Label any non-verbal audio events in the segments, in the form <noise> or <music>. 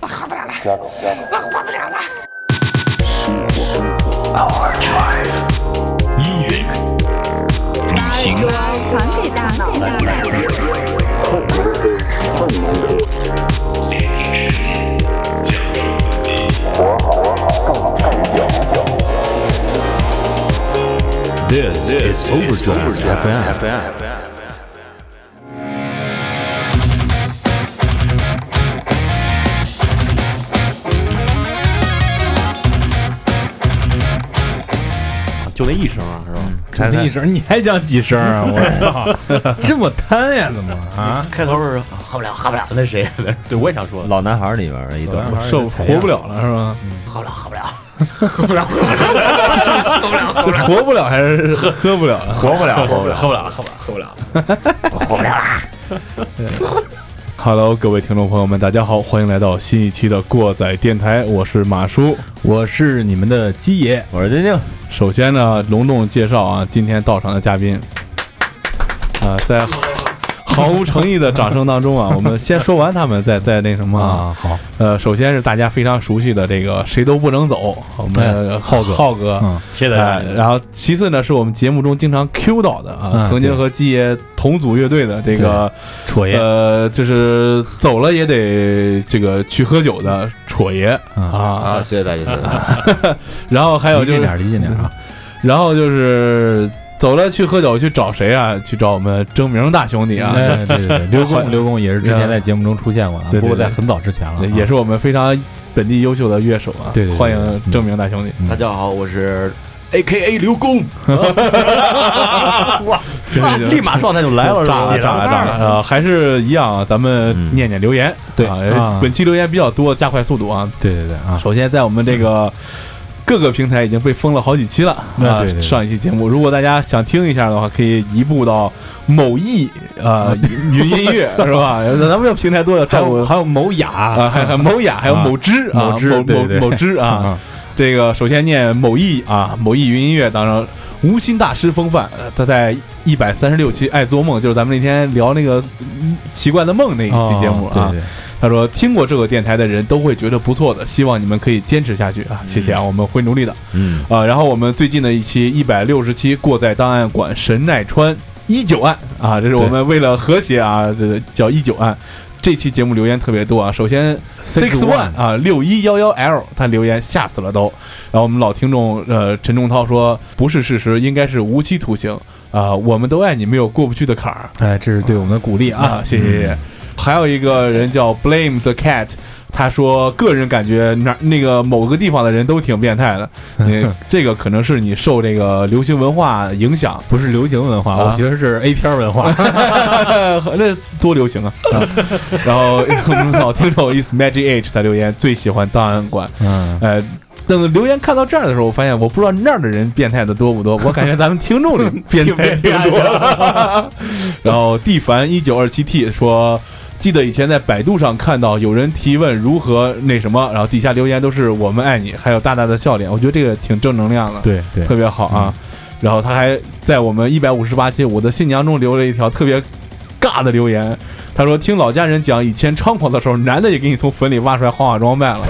我活不了了，我活不了了。音乐旅行传给大脑， ，This is Overdrive FM。就那一声啊，是吧？嗯就那一声，你还想几声啊？我操，这么贪呀？怎么啊？开头是喝不了，喝不了，那谁的？ <laughs> 对，我也想说，老男孩里边的一段，受 <laughs> 活不了了是吧？喝不了，喝不了，活不了还是喝不了啊了？活 <laughs> 不了，活不了，喝不了，喝不了，喝不了。 Hello，各位听众朋友们，大家好，欢迎来到新一期的过载电台，我是马叔。我是你们的鸡爷，我是晶晶，首先呢，隆重介绍啊，今天到场的嘉宾，啊、在毫毫无诚意的掌声当中啊，我们先说完他们，再再那什么啊。好，呃，首先是大家非常熟悉的这个谁都不能走，我们哎浩哥浩哥，嗯谢谢大哎，家。然后其次呢，是我们节目中经常 Q 到的啊，啊曾经和基爷同组乐队的这个戳爷，呃，就是走了也得这个去喝酒的戳爷啊，谢谢大家，谢谢大家。然后还有嗯离就是近点，离近点啊！然后就是走了去喝酒去找谁啊？去找我们征明大兄弟啊，哎，对 <laughs> 对对，刘工，刘工也是之前在节目中出现过啊，对对对不过在很早之前了啊，也是我们非常本地优秀的乐手啊。对对嗯对欢迎征明大兄弟。 <laughs> 大家好，我是 A K A 刘工，行行行立马状态就来了，炸了炸了炸了！呃，还是一样，啊，咱们念念留言。对啊啊本期留言比较多，加快速度啊！对对对啊，首先，在我们这个各个平台已经被封了好几期了对啊对对！对上一期节目，如果大家想听一下的话，可以移步到某易呃云音 <laughs> 乐是吧？咱们这平台多，要还照有顾还有某啊，雅，还还某雅，还有啊某知啊，某知某对对某某知啊。这个首先念某艺啊，某艺云音乐，当然无心大师风范，呃他在一百三十六期《爱做梦》，就是咱们那天聊那个嗯奇怪的梦那一期节目啊对。对他说听过这个电台的人都会觉得不错的，希望你们可以坚持下去啊，谢谢啊，我们会努力的。嗯，啊，然后我们最近的一期一百六十期过载档案馆神奈川一九案啊，这是我们为了和谐啊，这个叫一九案。这期节目留言特别多啊，首先 six one 啊六一幺幺 L 他留言吓死了都，然后我们老听众呃陈仲涛说不是事实，应该是无期徒刑啊、我们都爱你，没有过不去的坎儿。哎，这是对我们的鼓励啊啊，！谢谢谢谢。还有一个人叫 Blame the Cat，他说个人感觉哪儿那个某个地方的人都挺变 <laughs> 态的，呃这个可能是你受这个流行文化影响， <laughs> 不是流行文化，啊我觉得是 A 片文化。 <laughs> 那多流行 <laughs> 啊！啊然后我们老听众 is Magic H 他留言最喜欢档案馆，嗯，呃，等留言看到这儿的时候，我发现我不知道那儿的人变态的多不多，我感觉咱们听众 <laughs> 里变态挺多 <laughs> 的。然后蒂凡一九二七 T 说。记得以前在百度上看到有人提问如何那什么，然后底下留言都是我们爱你，还有大大的笑脸，我觉得这个挺正能量的，对对，特别好啊。嗯然后他还在我们一百五十八期《我的新娘》中留了一条特别尬的留言，他说听老家人讲，以前猖狂的时候，男的也给你从坟里挖出来化化妆 <laughs> 卖了。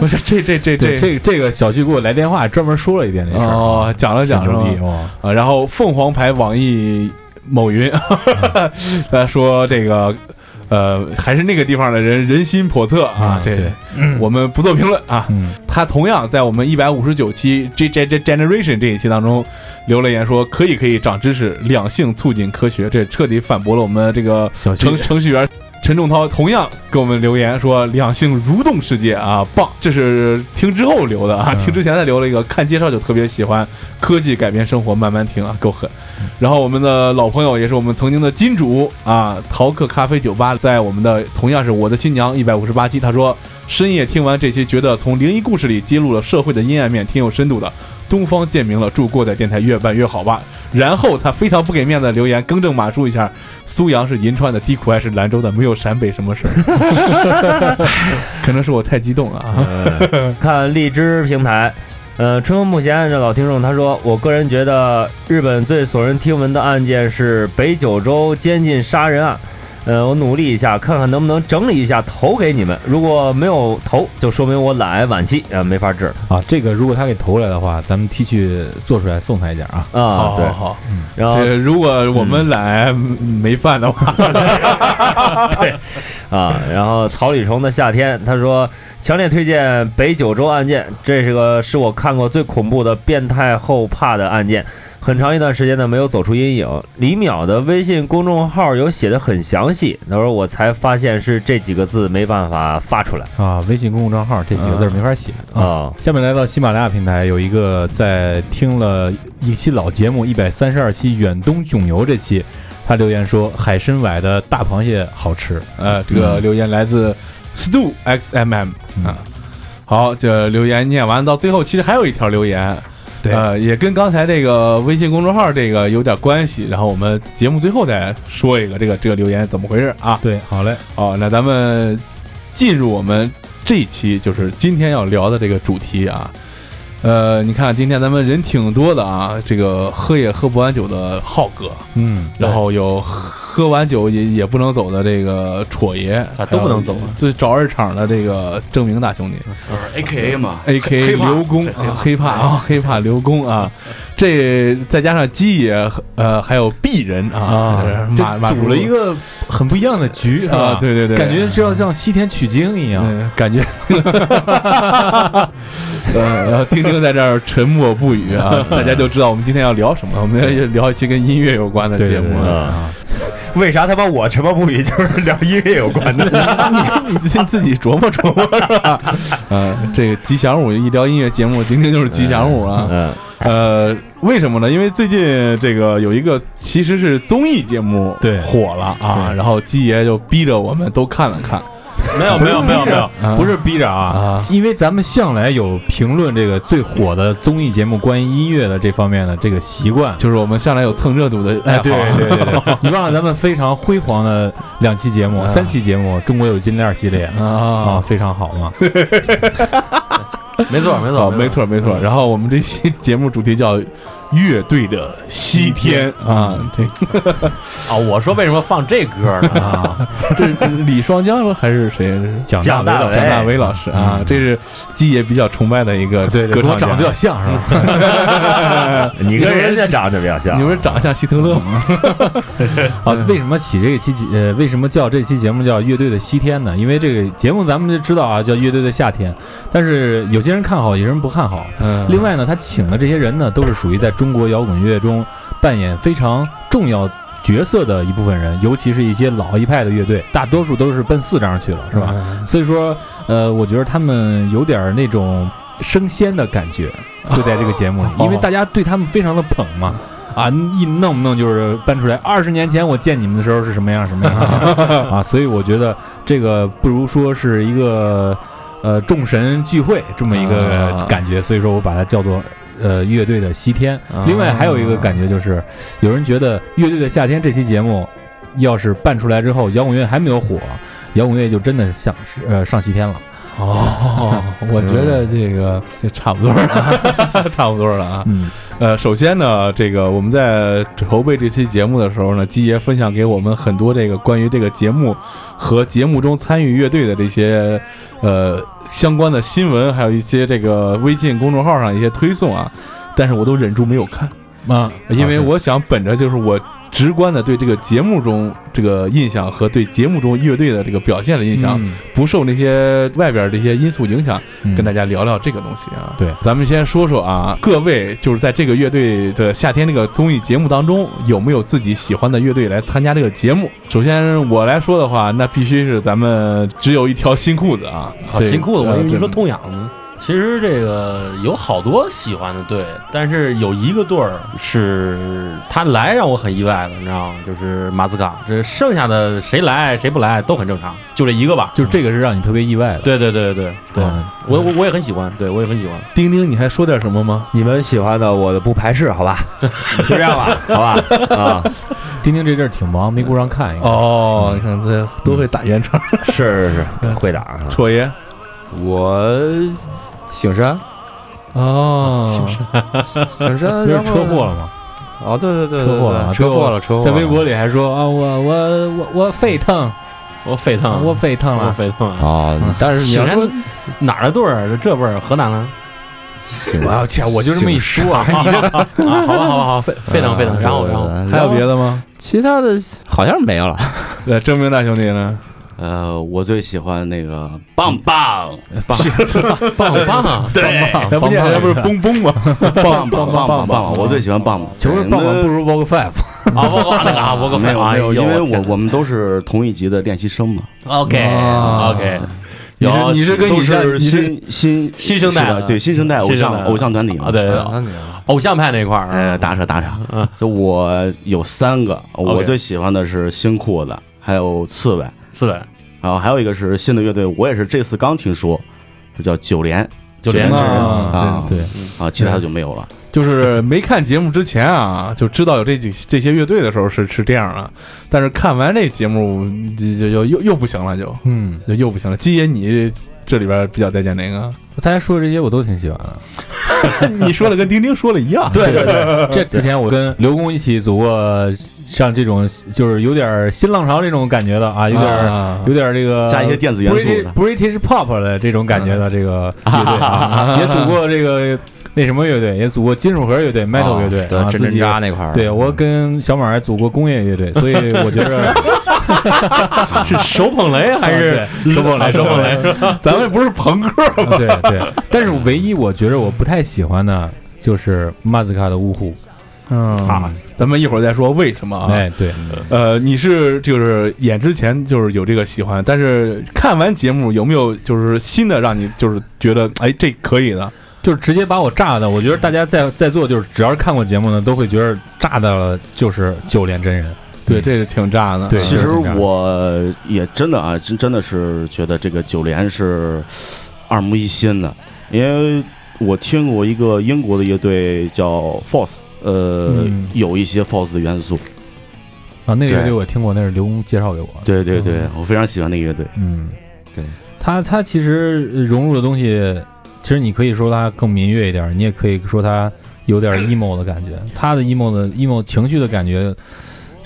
我说这这这对这这个小旭给我来电话，专门说了一遍这事儿啊。哦，讲了讲是挺牛逼吧？哦，啊，然后凤凰牌网易某云，嗯 <laughs> 他说这个。呃，还是那个地方的人人心叵测啊！嗯这对我们不做评论啊。嗯，他同样在我们一百五十九期 G G G Generation 这一期当中留了言说，可以可以长知识，两性促进科学，这彻底反驳了我们这个小旭程程序员陈仲涛同样给我们留言说：“两性蠕动世界啊，棒！”这是听之后留的啊，嗯听之前再留了一个，看介绍就特别喜欢科技改变生活，慢慢听啊，够狠。然后我们的老朋友也是我们曾经的金主啊，淘客咖啡酒吧，在我们的同样是我的新娘一百五十八期，他说深夜听完这期，觉得从灵异故事里揭露了社会的阴暗面，挺有深度的。东方见明了，祝过载电台越办越好吧。然后他非常不给面子的留言更正马叔一下，苏阳是银川的，低苦艾是兰州的，没有陕北什么事儿。 <laughs> 可能是我太激动了啊！嗯看荔枝平台，呃，春风不闲这老听众他说，我个人觉得日本最耸人听闻的案件是北九州监禁杀人案。呃，我努力一下，看看能不能整理一下投给你们。如果没有投，就说明我懒癌晚期，呃，没法治啊，这个如果他给投来的话，咱们 T 恤做出来送他一件啊。啊。好对好，好，嗯然后这如果我们来没饭的话，啊，然后草履虫的夏天，他说强烈推荐北九州案件，这是个是我看过最恐怖的变态后怕的案件。很长一段时间呢没有走出阴影。李淼的微信公众号有写的很详细，他说我才发现是这几个字没办法发出来啊，微信公众账号这几个字儿没法写啊。啊。下面来到喜马拉雅平台，有一个在听了一期老节目一百三十二期《远东囧游》这期，他留言说海参崴的大螃蟹好吃。呃，这嗯个留言来自 Stu XMM 啊。好，这留言念完到最后，其实还有一条留言，对呃，也跟刚才这个微信公众号这个有点关系。然后我们节目最后再说一个这个这个留言怎么回事啊？对，好嘞，哦，那咱们进入我们这一期，就是今天要聊的这个主题啊。呃，你看今天咱们人挺多的啊，这个喝也喝不完酒的浩哥，嗯，然后有喝完酒也也不能走的这个戳爷，咋都不能走啊还有最找二厂的这个证明大兄弟，A K A 嘛，A K 黑怕刘工啊，黑怕啊，黑怕刘工啊，这再加上鸡爷，呃，还有鄙人啊啊，，就是马马就组了叔一个很不一样的局啊，对对对，感觉是要像西天取经一样。嗯，感 <laughs> 觉，呃，然后丁丁在这儿沉默不语啊，大家就知道我们今天要聊什么，我们要聊一期跟音乐有关的对节目对啊。啊，为啥他妈我什么不语就是聊音乐有关的？ <laughs> 你自己自己琢磨琢磨是吧？呃，这个吉祥物一聊音乐节目，丁丁就是吉祥物啊。嗯，呃，为什么呢？因为最近这个有一个其实是综艺节目对火了啊，然后鸡爷就逼着我们都看了看。没有没有没有没有，不是逼着啊啊，因为咱们向来有评论这个最火的综艺节目关于音乐的这方面的这个习惯。就是我们向来有蹭热度的爱好，哎对对对 <laughs> 对，你忘了咱们非常辉煌的两期节目、啊三期节目《中国有金链》系列 <laughs> 啊，啊，非常好嘛。没错没哦，错没没错，错没错。然后我们这期节目主题叫《乐队的西天》嗯啊，这 <laughs> 啊！我说为什么放这歌呢？啊， <laughs> 这是李双江还是谁？这是蒋蒋大大为老为师蒋大为老师啊，这是基爷比较崇拜的一个对歌对，跟我唱长得家比较。像是吧？你跟人家长得比较像你不是长得像希特勒嗯吗？啊，为什么起这个期节呃，为什么叫这期节目叫《乐队的西天》呢？因为这个节目咱们就知道啊，叫《乐队的夏天》，但是有些人看好，有些人不看好。嗯另外呢，他请的这些人呢，都是属于在中国摇滚乐中扮演非常重要角色的一部分人，尤其是一些老一派的乐队，大多数都是奔四张去了，是吧？所以说，呃，我觉得他们有点儿那种升仙的感觉，会在这个节目里，哦因为大家对他们非常的捧嘛。啊，一弄不弄就是搬出来。二十年前我见你们的时候是什么样什 <laughs> 么样啊，所以我觉得这个不如说是一个呃众神聚会这么一个啊感觉，所以说我把它叫做呃乐队的西天。啊嗯另外还有一个感觉就是，有人觉得《乐队的夏天》这期节目要是办出来之后，摇滚乐还没有火，摇滚乐就真的像是呃上西天了。哦，我觉得这个这差不多 <laughs> 了，差不多了啊。嗯，呃，首先呢，这个我们在筹备这期节目的时候呢，基爷分享给我们很多这个关于这个节目和节目中参与乐队的这些呃相关的新闻，还有一些这个微信公众号上一些推送啊，但是我都忍住没有看，啊，因为啊是我想本着就是我直观的对这个节目中这个印象和对节目中乐队的这个表现的印象，嗯不受那些外边这些因素影响，嗯跟大家聊聊这个东西啊。对咱们先说说啊，各位就是在这个乐队的夏天这个综艺节目当中，有没有自己喜欢的乐队来参加这个节目？首先我来说的话，那必须是咱们只有一条新裤子啊，啊，这新裤子，我呃以为你这说痛痒呢。其实这个有好多喜欢的队，但是有一个队儿是他来让我很意外的，你知道吗？就是马斯卡。这剩下的谁来谁不来都很正常，就这一个吧。就这个是让你特别意外的。对对对对对对，啊我我我也很喜欢，对我也很喜欢。丁丁，你还说点什么吗？你们喜欢的我的不排斥，好 <laughs> 吧？就这样吧，好吧？啊，丁丁这阵儿挺忙，没顾上看一看。哦，你看这都会打圆场，是是是，会打啊。戳爷。我醒山，哦，醒山，那然是 <laughs> 后车祸了吗？哦，对对对，对车祸了，对车祸了，车祸了。在微博里还说啊，我我我我沸腾，我沸腾了，我沸腾我了，嗯沸腾 <laughs> 了。啊，但是你要沈说山哪儿的队儿？这味儿，河南了。醒我要去，我就这么一说 <laughs> 啊，啊，好吧，好吧，好，沸 <laughs> 啊沸腾沸腾。然后，然后，还有别的吗？其他的好像没有了。对，征兵大兄弟呢？呃，我最喜欢那个棒棒棒棒 <laughs> 啊！对那哎不念棒棒那不是蹦蹦吗？嗯棒棒棒棒棒，我最喜欢棒棒。啊球是对棒棒不那如 Vogue Five，啊，我我那个啊，我个没飞有啊，没有，因为我我我们都是同一级的练习生嘛， OK OK，你是有你是跟都你下是你是新新新生代是的的对新生代偶新生代像的偶像团体嘛啊，。对，偶像派那块儿，呃，打赏打赏，就我有三个，我 OK 最喜欢的是新裤子，还有刺猬，刺猬然后还有一个是新的乐队，我也是这次刚听说，就叫九连九连九制连制啊啊，对对，啊，其他的就没有了。就是没看节目之前啊，就知道有这几这些乐队的时候是是这样啊，但是看完这节目就就又又又不行了，就嗯，就又不行了。基爷，你这里边比较待见哪个？大家说的这些我都挺喜欢的。你说的跟丁丁说的一样。对对对，这之前我跟刘工一起组过像这种就是有点新浪潮这种感觉的啊，有点啊有点这个加一些电子元素 British 的 British Pop 的这种感觉的这个乐队 <laughs> 啊，也组过这个那什么乐队，也组过金属核乐队、metal 哦乐队啊，针自针己扎那块儿， <laughs> 对我跟小马还组过工业乐队， <laughs> 所以我觉着是手捧雷还是啊手捧雷，手捧雷，咱们不是朋克吗？对对。但是唯一我觉着我不太喜欢的就是马斯卡的呜呼，啊，咱们一会儿再说为什么啊。哎对，呃，你是就是演之前就是有这个喜欢，但是看完节目有没有就是新的让你就是觉得哎这可以的？就是直接把我炸的。我觉得大家在在座就是只要是看过节目呢，都会觉得炸到了就是九连真人。对，这是挺炸的。对其是实这样我也真的啊，真真的是觉得这个九连是耳目一新的，因为我听过一个英国的乐队叫 Force，呃，嗯有一些 Force 的元素。啊，那个乐队对我听过，那是刘工介绍给我的。对对对，嗯我非常喜欢那个乐队。嗯，对，他他其实融入的东西，其实你可以说他更民乐一点儿，你也可以说他有 <clears throat> 点儿 emo 的感觉。他的 emo 的 emo 情绪的感觉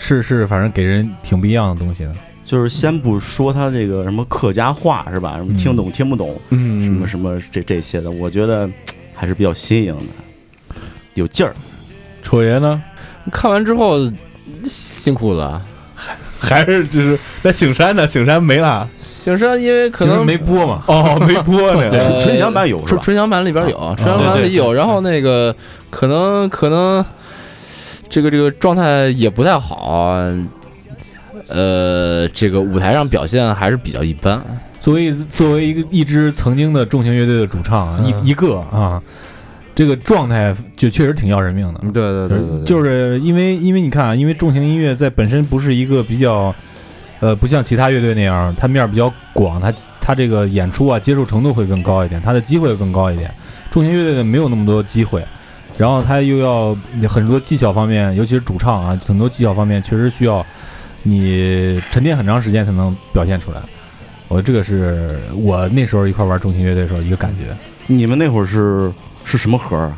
是是，反正给人挺不一样的东西的。就是先不说他这个什么客家话是吧，什么听懂听不懂，嗯，什么什么这这些的，我觉得还是比较新颖的，有劲儿。楚爷呢？看完之后辛苦了。还是就是那醒山呢？醒山没了醒山因为可其实能没播嘛，哦， <laughs> 没播呢。对纯纯享版有是纯吧？纯享版里边有，纯享啊版对里对有，然后那个可能可能这个这个状态也不太好，呃，这个舞台上表现还是比较一般。作为作为一个一支曾经的重型乐队的主唱啊，嗯一一个啊，这个状态就确实挺要人命的。对对对对，就是是因为因为你看啊，因为重型音乐在本身不是一个比较，呃，不像其他乐队那样，它面儿比较广，它它这个演出啊接受程度会更高一点，它的机会更高一点。重型乐队的没有那么多机会，然后它又要很多技巧方面，尤其是主唱啊，很多技巧方面确实需要你沉淀很长时间才能表现出来。我这个是我那时候一块玩重型乐队的时候一个感觉，你们那会儿是是什么盒儿啊？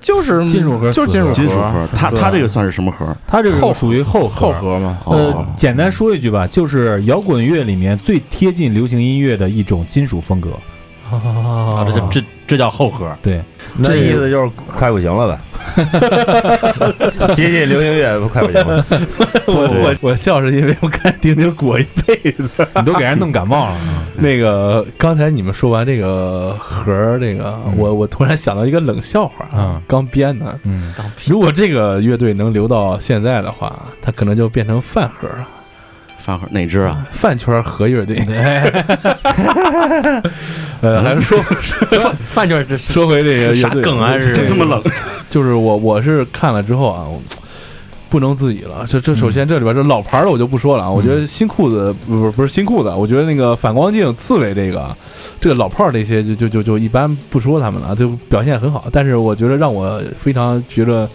就是金属盒就是金死属金属盒盒啊儿，他对他这个算是什么盒儿？它这后个属于后后后盒嘛。呃哦，，简单说一句吧，就是摇滚乐里面最贴近流行音乐的一种金属风格。啊，这叫这这叫后核。对，那这意思就是快不行了 <laughs> 呗，接近流行乐快不行了。我我我笑是因为我看丁丁裹一 <laughs> 被子。 <laughs> 你都给人弄感冒了。那个刚才你们说完这个盒儿，这个嗯我我突然想到一个冷笑话啊嗯刚编的。 <laughs> 嗯，如果这个乐队能留到现在的话，它可能就变成饭盒了，饭盒哪只啊？饭圈和乐队。 <laughs> 呃，还是说饭饭圈这 <laughs> 是说回这个呃乐啥队 <laughs> 梗啊？是这真他妈冷！就是我我是看了之后啊，我不能自已了。这这首先这里边这老牌儿的我就不说了啊，我觉得新裤子不不不是新裤子啊，我觉得那个反光镜、刺猬这个这个老炮儿这些就就就就一般不说他们了，啊就表现很好。但是我觉得让我非常觉得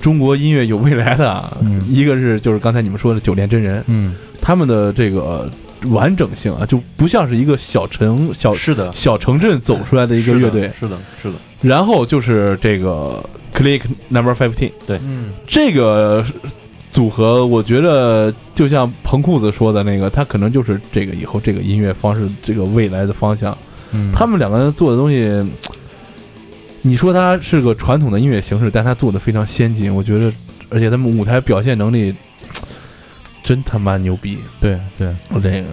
中国音乐有未来的啊，嗯一个是就是刚才你们说的九连真人，嗯，他们的这个完整性啊，就不像是一个小城 <laughs> 小是的，小城镇走出来的一个乐队，是的，是的，然后就是这个 Click Number Fifteen。嗯，这个组合，我觉得就像彭裤子说的那个，他可能就是这个以后这个音乐方式，这个未来的方向。嗯他们两个人做的东西，你说他是个传统的音乐形式，但他做的非常先进，我觉得，而且他们舞台表现能力真他妈牛逼。对对，我这个，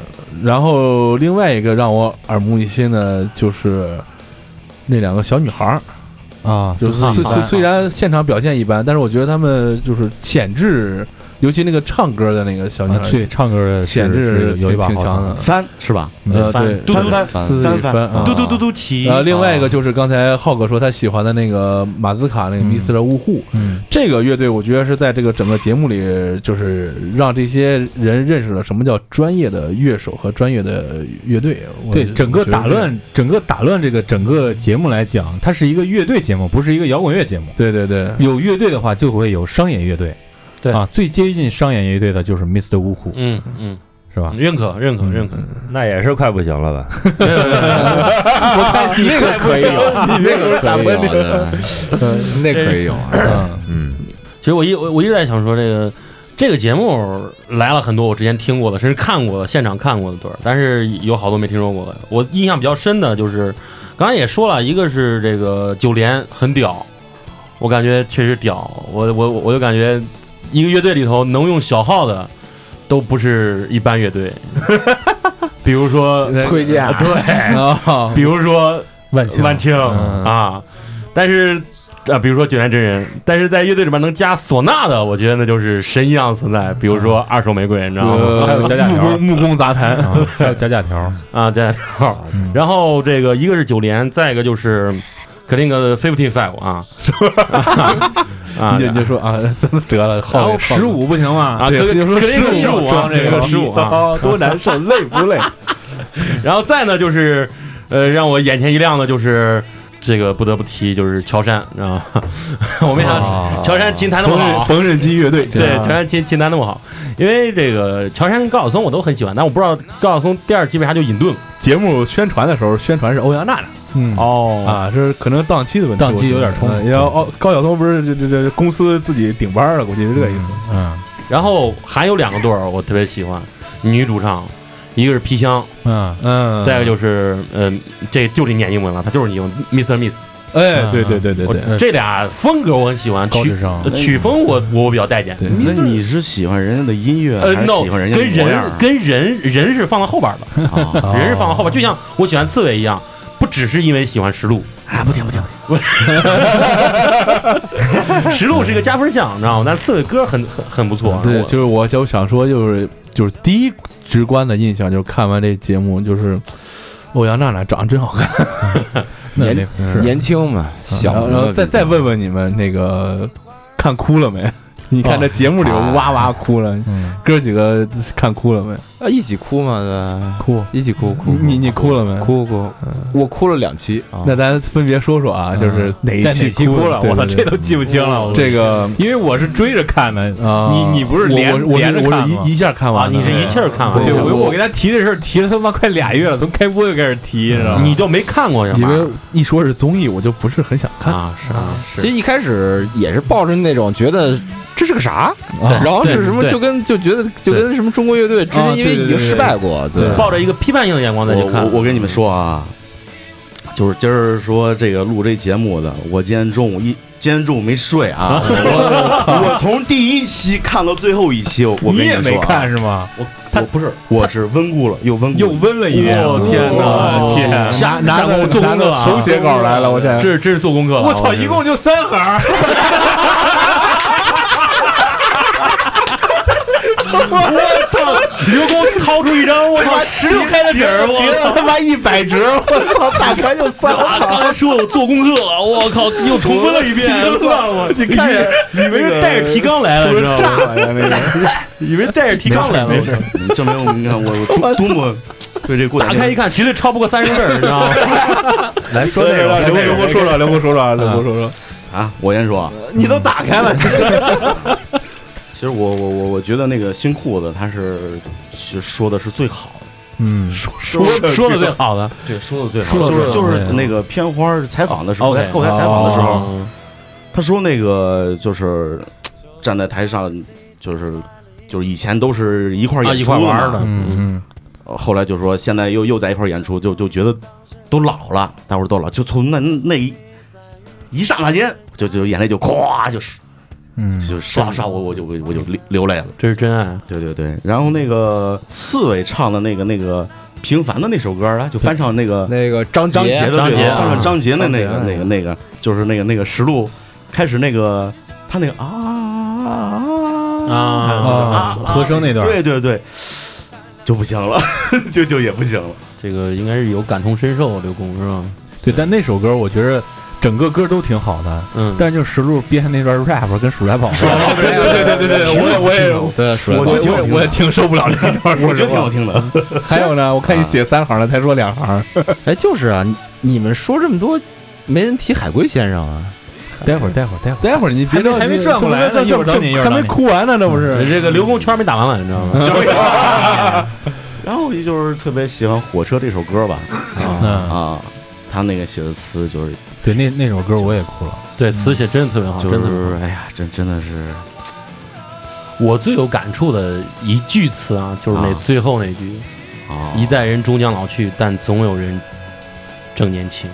然后另外一个让我耳目一新的就是那两个小女孩儿。啊，就是四虽四虽四虽然现场表现一般，但是我觉得他们就是潜质，尤其那个唱歌的那个小女啊，孩，对，唱歌的是潜质是有一把挺好嗯强手的。翻是吧？哦呃，翻对，嘟翻翻四翻翻翻啊嗯嘟嘟哦嘟嘟起，呃，另外一个就是刚才浩哥说他喜欢的那个马斯卡那个嗯 Mr. 呜呼，嗯这个乐队我觉得是在这个整个节目里，就是让这些人认识了什么叫专业的乐手和专业的乐队。我对，整个我觉得打乱，整个打乱这个整个节目来讲，它是一个乐队节目，不是一个摇滚乐节目。这个，对对对，有乐队的话，就会有商业乐队。对啊，最接近商业乐队的就是 Mr. Wu Hu，嗯嗯，是吧？认可认可嗯认可，那也是快不行了吧？嗯我看你那个可以有，啊那个可以有的，嗯那可以有啊。嗯，其实我一我我一直在想说这个这个节目来了很多我之前听过的，甚至看过的，现场看过的歌，但是有好多没听说过的。我印象比较深的就是，刚才也说了，一个是这个九连很屌，我感觉确实屌，我我我就感觉一个乐队里头能用小号的，都不是一般乐队，比如说崔健啊对，啊，比如说万青，万青、嗯啊，但是啊，比如说九连真人，但是在乐队里面能加唢呐的，我觉得那就是神一样存在。比如说二手玫瑰，你知道吗？呃还有贾贾木条工木工杂谈，啊，还有假假条，啊，对。嗯然后这个一个是九连，再一个就是肯定个 Fifteen Five 啊，是吧？啊你就你就说啊，得了，然浩后放十五不行吗？啊，对可就说可定个15十五啊，装这肯个定个十五啊。啊，多难受，累不累？然后再呢就是，呃，让我眼前一亮的就是。这个不得不提就是乔杉啊， <laughs> 我没想啊到乔杉琴弹那么好啊，缝纫机乐队，对，啊乔杉琴琴弹那么好，因为这个乔杉跟高晓松我都很喜欢，但我不知道高晓松第二期为啥就隐遁了。节目宣传的时候，宣传是欧阳娜嗯，娜哦，啊，这可能档期的问题，档期有点冲冲。然后哦，高晓松不是这这这公司自己顶班了，估计是这个意思。嗯然后还有两个队儿我特别喜欢，女主唱，一个是皮箱，嗯，嗯再一个就是嗯，这就得念英文了，他就是英文，Mr. Miss，哎，啊对对对对我对，这俩风格我很喜欢，高曲智商呃，曲风我我比较待见。对那你是喜欢人家的音乐，呃还是，no，喜欢人家跟的模样人啊？跟人人是放到后边的，啊哦人是放到后边，就像我喜欢刺猬一样，不只是因为喜欢石路，啊，不 <laughs> 听不听，石路是一个加分项，你知道吗？但刺猬歌很很很不错。对，我就是我就想说，就是就是第一直观的印象就是看完这节目，就是欧阳娜娜长得真好看。那年那是年轻啊嘛，小然后嘛，然后再再问问你们那个看哭了没？ <laughs> 你看这节目里哇哇哭了，嗯哥几个看哭了没？啊，一起哭嘛，对哭，一起哭哭。你你哭了没？哭哭，我哭了两期啊。那咱分别说说啊，就是哪一在哪期哭了？对我操，对这对都记不清了。我这个因为我是追着看的，啊，你你不是我连我是我连着是我看是吗一一下看啊，完的，你是一气儿看完对对，的，我我我给他提这事儿提了他妈快俩月了，从开播就开始嗯提，知道吗？你就没看过呀？因为一说是综艺，我就不是很想看。啊，是啊，其实一开始也是抱着那种觉得这是个啥，然后是什么对就跟就觉得就跟什么中国乐队之啊前因为对对已经对失对败过，对抱着一个批判性的眼光再去我看。我我跟你们说啊，就是今儿说这个录这节目的，我今天中午一今天中午没睡啊，我我从第一期看到最后一期，我跟你也们没说啊看，是吗？我不是，我是温故了啊又温故，又温了一遍。我哎哦天我哦哪！啊天下下功夫做功课了啊，手写稿来了，我天！这这是做功啊课了。我操，哦这一共就三行儿。我操！刘工掏出一张我操十六开的纸儿，我他妈一百折，我操，打开就三啊，刚才说我做功课了，我靠，又重温了一遍。我你看，以为是带着提纲来了，你知道吗？以为带着提纲来了，我操你证明我你看我我多多么对这过打开一看，绝对超不过三十字儿，你知道吗？ <laughs> 来说对对对刘刘波说说，刘波说说，刘波说说，啊，我先说啊，你都打开了，其实我我我我觉得那个新裤子他是是说的是最好的。嗯，说说的最好的，对，说的最说好，得就是最好就是对那个片花采访的时候， OK，哦在后台采访的时候，他说那个就是站在台上，就是就是以前都是一块儿啊演一出块玩嘛儿的，嗯呃后来就说现在又又在一块儿演出，就就觉得都老了，大伙儿都老，就从那那一一刹那间，就就眼泪就咵就是嗯就刷刷我我就我我就流流泪了，这是真爱。对对对。然后那个刺猬唱的那个那个平凡的那首歌啊，就翻唱那个那个张张杰的对张杰翻啊唱张杰的那个张杰那个那个就是那个那个实录开始那个他那个啊啊啊和声那段对对对，就不行了，就就也不行了。这个应该是有感同身受，刘工是吧？对，但那首歌我觉得整个歌都挺好的，嗯，但是就石路编的那段 rap 跟鼠来宝似的，对对对对对对，我我也。对，出来我我觉得挺好我听也的我也挺受不了这一段儿，我觉得挺好听。听 <laughs> 的。还有呢，我看啊你写三行了，才说两行。 <laughs> 哎，就是啊，你你们说这么多，没人提海龟先生啊。待会儿待会儿待会儿，待会儿你别着急还没还没转过来呢这这一会儿找你一会儿还找没你哭完呢，这不是？这个刘工圈没打完完，你知道吗？然后我就是特别喜欢《火车》这首歌吧，嗯，啊，他那个写的词就是对，那那首歌我也哭了，对，词写真的特啊别好，就真的特别是好。哎呀，真真的是我最有感触的一句词啊，就是那啊最后那句：“啊，一代人终将老去，但总有人正年轻。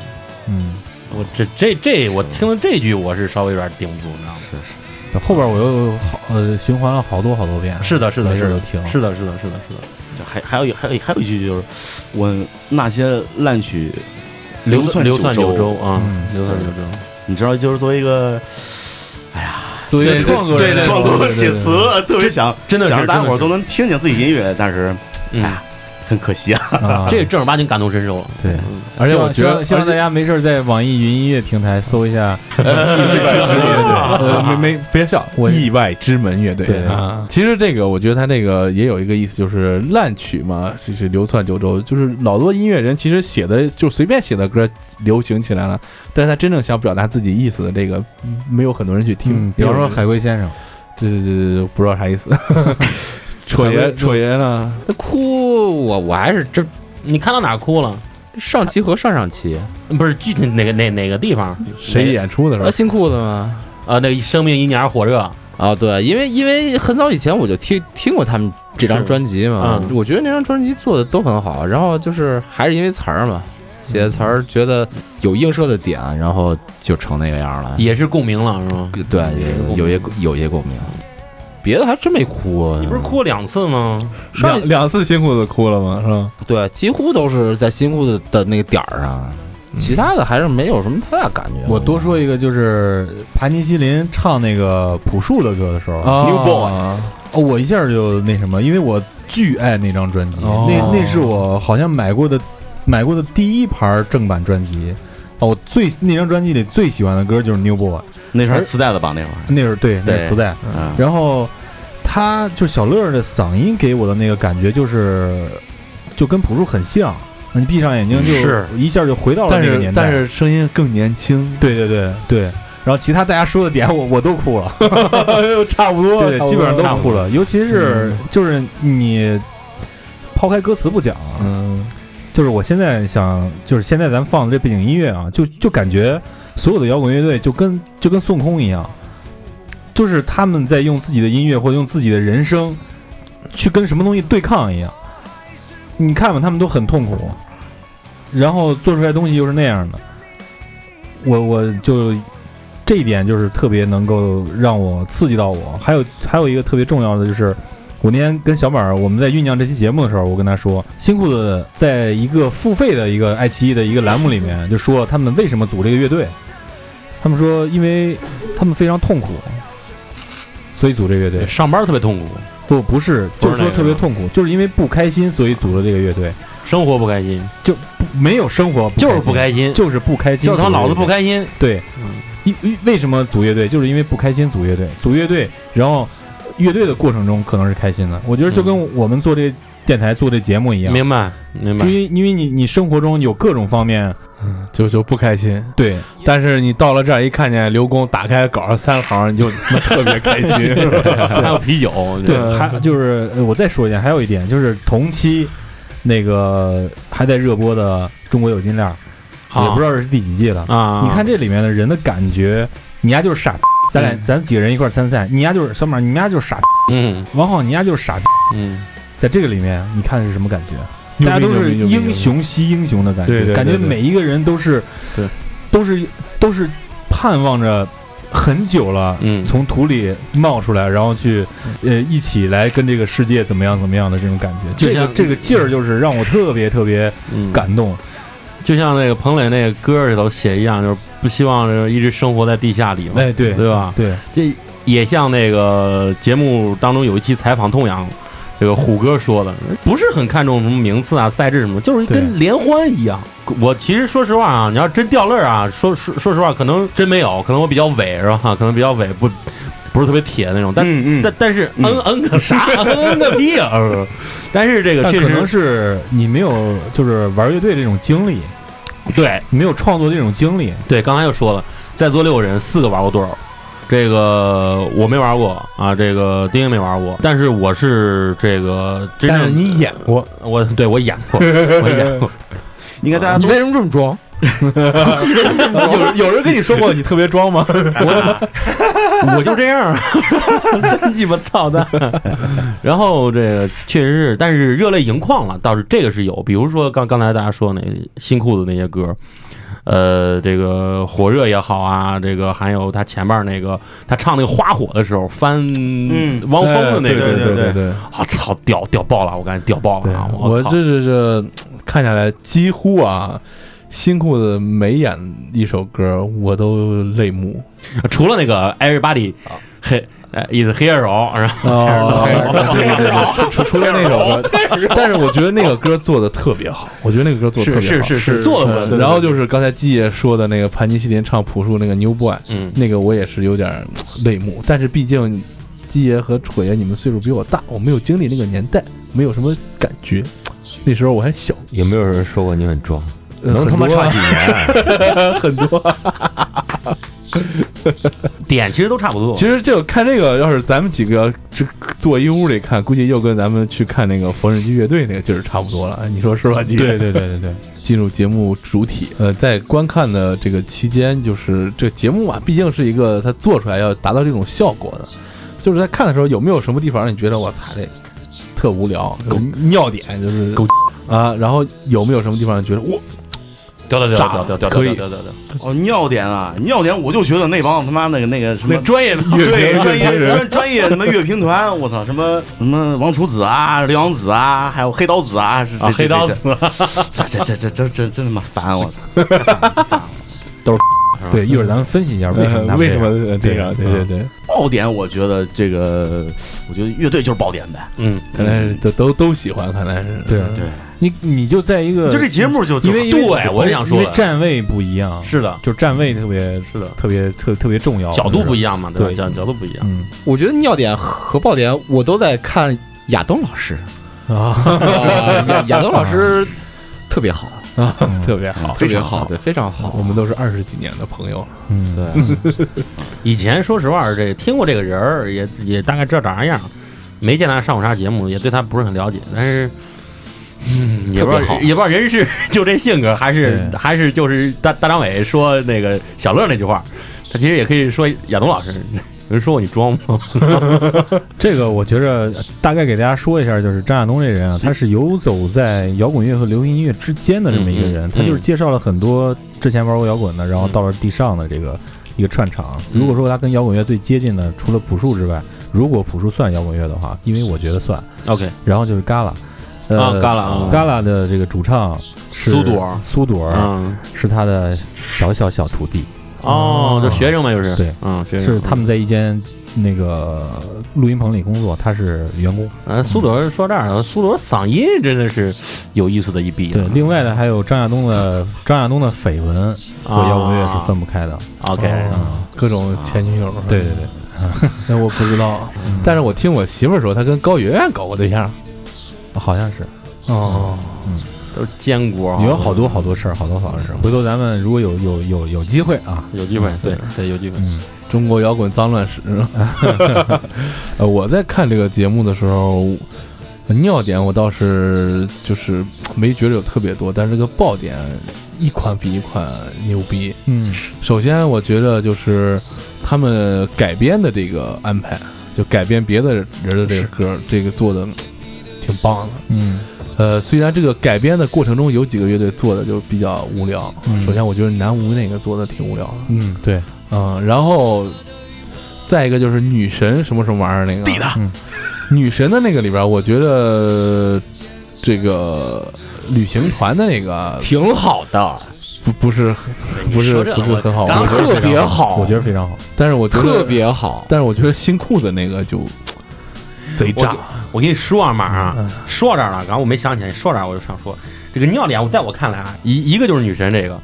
嗯。”我这这这，我听了这句，我是稍微有点顶不住，你知道吗？是是，后边我又好呃循环了好多好多遍，是的，是的，没事是就的，听是的，是的，是的，是的。就还还有一还有一还有一句就是，我那些烂曲流窜流窜九九州啊嗯，流窜九州。你知道，就是作为一个对对创作人对对创作写词，特别想真的是想让大家伙儿都真能听见自己音乐，但是嗯哎，很可惜啊。啊这正儿八经感同身受了。对嗯而且我希觉望得，希望大家没事儿在网易云音乐平台搜一下， <laughs> 啊呃，没没，别笑，我意外之门乐队。对啊，其实这个我觉得他这个也有一个意思，就是烂曲嘛，就是流窜九州，就是老多音乐人其实写的就随便写的歌流行起来了，但是他真正想表达自己意思的这个，嗯没有很多人去听嗯，。比方说有海龟先生，对对对对对，不知道啥意 <laughs> 思。戳海爷，龟戳爷呢？那哭，我我还是这你看到哪儿哭了？上期和上上期，不是具体哪个哪哪个地方？谁演出的时候呃，？新裤子吗？啊，那个生命因你而火热，啊，对，因为因为很早以前我就听听过他们这张专辑嘛，嗯是我觉得那张专辑做的都很好，然后就是还是因为词儿嘛，写的词儿嗯觉得有映射的点，然后就成那个样了。也是共鸣了，是吗？对，有些有些共鸣，别的还真没哭。啊你不是哭了两次吗？上一两两次辛苦的哭了吗？是吧？对，几乎都是在新裤子的那个点儿上，其他的还是没有什么太大感觉。我多说一个，就是盘尼西林唱那个朴树的歌的时候， New Boy 啊哦，我一下就那什么，因为我巨爱那张专辑，哦那那是我好像买过的买过的第一盘正版专辑。哦，我最那张专辑里最喜欢的歌就是《New Boy》，那哎是还磁带的吧？那会儿那是对，那对是磁带。嗯，然后他就小乐的嗓音给我的那个感觉就是，就跟朴树很像。你闭上眼睛就是一下就回到了但那个是年代。但是声音更年轻，对对对对。然后其他大家说的点我 <laughs> 我都哭了，差不多嗯对，基本上都哭。了，尤其是就是你抛开歌词不讲啊，嗯，就是我现在想，就是现在咱们放的这背景音乐啊，就就感觉所有的摇滚乐队就跟就跟孙悟空一样，就是他们在用自己的音乐或者用自己的人生去跟什么东西对抗一样。你看吧，他们都很痛苦，然后做出来的东西又是那样的。我我就这一点就是特别能够让我刺激到我。还有还有一个特别重要的就是，我那天跟小马儿我们在酝酿这期节目的时候，我跟他说，新裤子在一个付费的一个爱奇艺的一个栏目里面就说他们为什么组这个乐队，他们说因为他们非常痛苦，所以组这个乐队。上班特别痛苦，不不是，不就是是说那个特别吗痛苦，就是因为不开心，所以组了这个乐队，生活不开心，就不没有生活，就是不不开心，心，就是不开心，就是他老子不。开嗯心。对，因因为什么组乐队，就是因为不开心组乐队，组乐队，然后乐队的过程中可能是开心的。我觉得就跟我们做这电台做这节目一样，嗯明白，明因白。为因为你你生活中有各种方面，嗯就就不开心。对，但是你到了这儿一看见刘工打开稿儿三行，你就特别开心。 <laughs> 还有啤酒，对，对还就是呃我再说一点，还有一点就是同期那个还在热播的《中国有金链》，啊也不知道是第几季了。啊，你看这里面的人的感觉，你丫就是傻逼，咱俩咱几个人一块儿参赛，你丫就是小马，你们丫就是傻逼，嗯王浩，你丫就是傻逼。嗯，在这个里面，你看是什么感觉？大家都是英雄惜英雄的感觉，对对对感觉对每一个人都是，对，都是都是盼望着很久了，嗯从土里冒出来，然后去呃一起来跟这个世界怎么样怎么样的这种感觉，就这个像这个劲儿就是让我特别特别嗯感动。就像那个彭磊那个歌里头写一样，就是不希望就是一直生活在地下里嘛，哎，对对吧？对，这也像那个节目当中有一期采访痛痒，这个虎哥说的，不是很看重什么名次啊、赛制什么，就是对跟联欢一样。我其实说实话啊，你要真掉泪儿啊，说说说实话，可能真没有，可能我比较伪是吧？可能比较伪，不不是特别铁那种，但。嗯但但是嗯嗯个啥嗯嗯个屁啊！嗯但是这个但确可能实是你没有就是玩乐队这种经历，对你没有创作这种经历，对，刚才又说了，在座六个人，四个玩过多少？这个我没玩过啊，这个丁丁没玩过，但是我是这个真但是正你演过，我对我演 <laughs> 过，我演过，应该大家你都为什么这么装？ <laughs> 有人有人跟你说过你特别装吗？我就这样儿，真鸡巴操蛋。然后这个确实是，但是热泪盈眶了，倒是这个是有。比如说刚刚才大家说那新裤子那些歌，呃，这个火热也好啊，这个还有他前面那个他唱那个花火的时候翻嗯汪峰的那对个，哎对对对对。我操，屌屌爆了！我感觉屌爆对了啊！，我操这这这看下来，几乎啊，新裤子每演一首歌，我都泪目。除了那个 Everybody 黑呃 is here 手，然后哦，除除了那首 <laughs> 歌，但是我觉得那个歌做的特别好，我觉得那个歌做的特是别好。是是是做了嗯过来，然后就是刚才季爷说的那个盘尼西林唱朴树那个 New Boy，嗯那个我也是有点儿泪目，但是毕竟季爷和楚爷你们岁数比我大，我没有经历那个年代，没有什么感觉，那时候我还小，有没有人说过你很装？呃能他妈很多啊差几 <laughs> 年？很多啊。点其实都差不多。其实这个看这个，要是咱们几个这坐一屋里看，估计又跟咱们去看那个缝纫机乐队那个劲儿差不多了，哎你说是吧，姐？对对对对对，进入节目主体，呃，在观看的这个期间，就是这个节目啊嘛，毕竟是一个它做出来要达到这种效果的，就是在看的时候有没有什么地方让你觉得我操这特无聊，尿点就是狗啊，然后有没有什么地方觉得我屌屌屌屌屌屌可以屌屌屌！哦尿点啊尿点，我就觉得那帮他妈那个那个什么那专业的对专乐评业人专专业什么乐评团，我操，什么什么王楚子啊、刘洋子啊，还有黑刀子啊，是这啊，黑刀，子这 <laughs> 这这这这这真他妈烦啊我操！对，一会儿咱们分析一下为什么他们为这什样么啊呃这个？对啊对对对，爆点，我觉得这个，我觉得乐队就是爆点呗。嗯，看来是哎都都都喜欢，看来是对嗯对，你你就在一个就这节目就就因为因为对，我是想说因为站位不一样，是的，就站位特别是的，特别特特别重要，角度不一一样哦嘛，对吧？对角角度不一样。嗯我觉得尿点和爆点，我都在看亚东老师。 <laughs> 啊，啊亚亚东老师啊特别好，特别好。特别好，对，非常好我。们都是二十几年的朋友了，嗯，对，以前说实话，这听过这个人儿，也也大概知道长啥样，没见他上过啥节目，也对他不是很了解，但是。嗯，也不知特别道，好也不知道人是 <laughs> 就这性格，还是对还是就是大大张伟说那个小乐那句话，他其实也可以说亚东老师， <laughs> 有人说过你装吗？这个我觉着大概给大家说一下，就是张亚东这嗯人啊，他是游走在摇滚乐和流行音乐之间的这么一个嗯人，嗯他就是介绍了很多之前玩过摇滚的，然后到了地上的这个一个串场。嗯如果说他跟摇滚乐最接近的，除了朴树之外，如果朴树算摇滚乐的话，因为我觉得算， OK，然后就是 Gala，呃啊，Gala 啊 Gala 的这个主唱是苏朵儿苏朵儿嗯，是他的小小小徒弟，哦，就学生嘛，就是对，嗯，学生是他们在一间那个录音棚里工作，他是员工。嗯，苏朵儿说这儿，苏朵儿嗓音真的是有意思的一逼啊。对，另外呢，还有张亚东的张亚东的绯闻啊和摇滚乐是分不开的。 OK，各种前女友。哦对对对，嗯那我不知道，但是我听我媳妇儿说，她跟高圆圆搞过对象。好像是哦，都是坚果啊，有好多好多事儿，好多好多事嗯儿。回头咱们如果有有有有机会啊，有机会，对对，有机会。嗯，中国摇滚脏乱 <laughs> 史。呃，我在看这个节目的时候，尿点我倒是就是没觉得有特别多，但是这个爆点一款比一款牛逼。嗯，首先，我觉得就是他们改编的这个安排，就改编别的人的这个歌，这个做的挺棒的。嗯呃，虽然这个改编的过程中有几个乐队做的就比较无聊，嗯首先我觉得南无那个做的挺无聊的，嗯，对，嗯，然后再一个就是女神什么什么玩意儿那个，嗯女神的那个里边儿，我觉得这个旅行团的那个挺好的，不不是不是说这个不是很好，我刚我觉得特别好我觉得非常好。但是我觉得特，别好。但是我觉得新裤子那个就嗯贼炸，我跟你说啊，马儿嗯啊，说到这儿了，然后我没想起来，说到这儿我就想说，这个尿脸，我在我看来啊，一一个就是女神这个，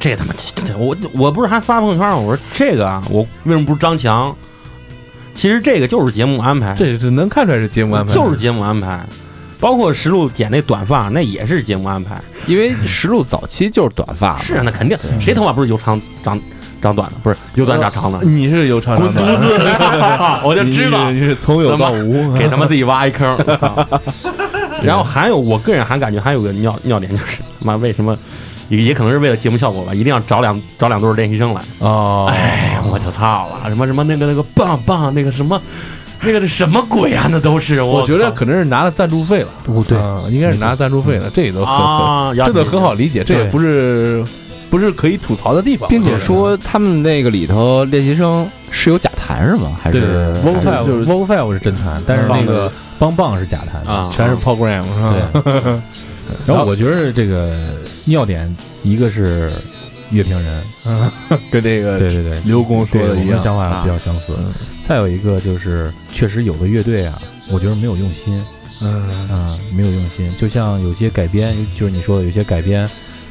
这个他妈，这这我我不是还发朋友圈吗？我说这个啊，我为什么不是张强？其实这个就是节目安排，这这能看出来是节目安排，就是节目安排，包括石路剪那短发，那也是节目安排。因为石路早期就是短发嘛，是啊，那肯定，谁头发不是由长长长短的？不是由短长长的？你是有长长短的，呃 <laughs> 我就你知道是，你是从有到无，给他们自己挖一坑。我操 <laughs> 然后还有，我个人还感觉还有个尿尿点，就是妈为什么，也也可能是为了节目效果吧，一定要找两找两对儿练习生来。哦，哎，我就操了，什么什么那个那个棒棒那个什么，那个什么鬼啊，那都是我觉得靠可能是拿了赞助费了，不对嗯应该是拿赞助费了，这也都很很啊，要 <laughs> 这个紧很好理解，这也对不是不是可以吐槽的地方，并且说他们那个里头练习生是有假弹是吗？还对是，Wo f 还是 i 就是 Wo f i 是真弹，但是那个邦棒是假弹。啊，全是 program <laughs> 是吧？对，啊 <laughs> 然后我觉得这个尿点，一个是乐评人， <laughs> 跟这个对对对，刘工说对我的一们的样，啊嗯想法比较相似。再有一个就是，确实有的乐队啊，我觉得没有用心，嗯，啊，没有用心。就像有些改编，就是你说的有些改编，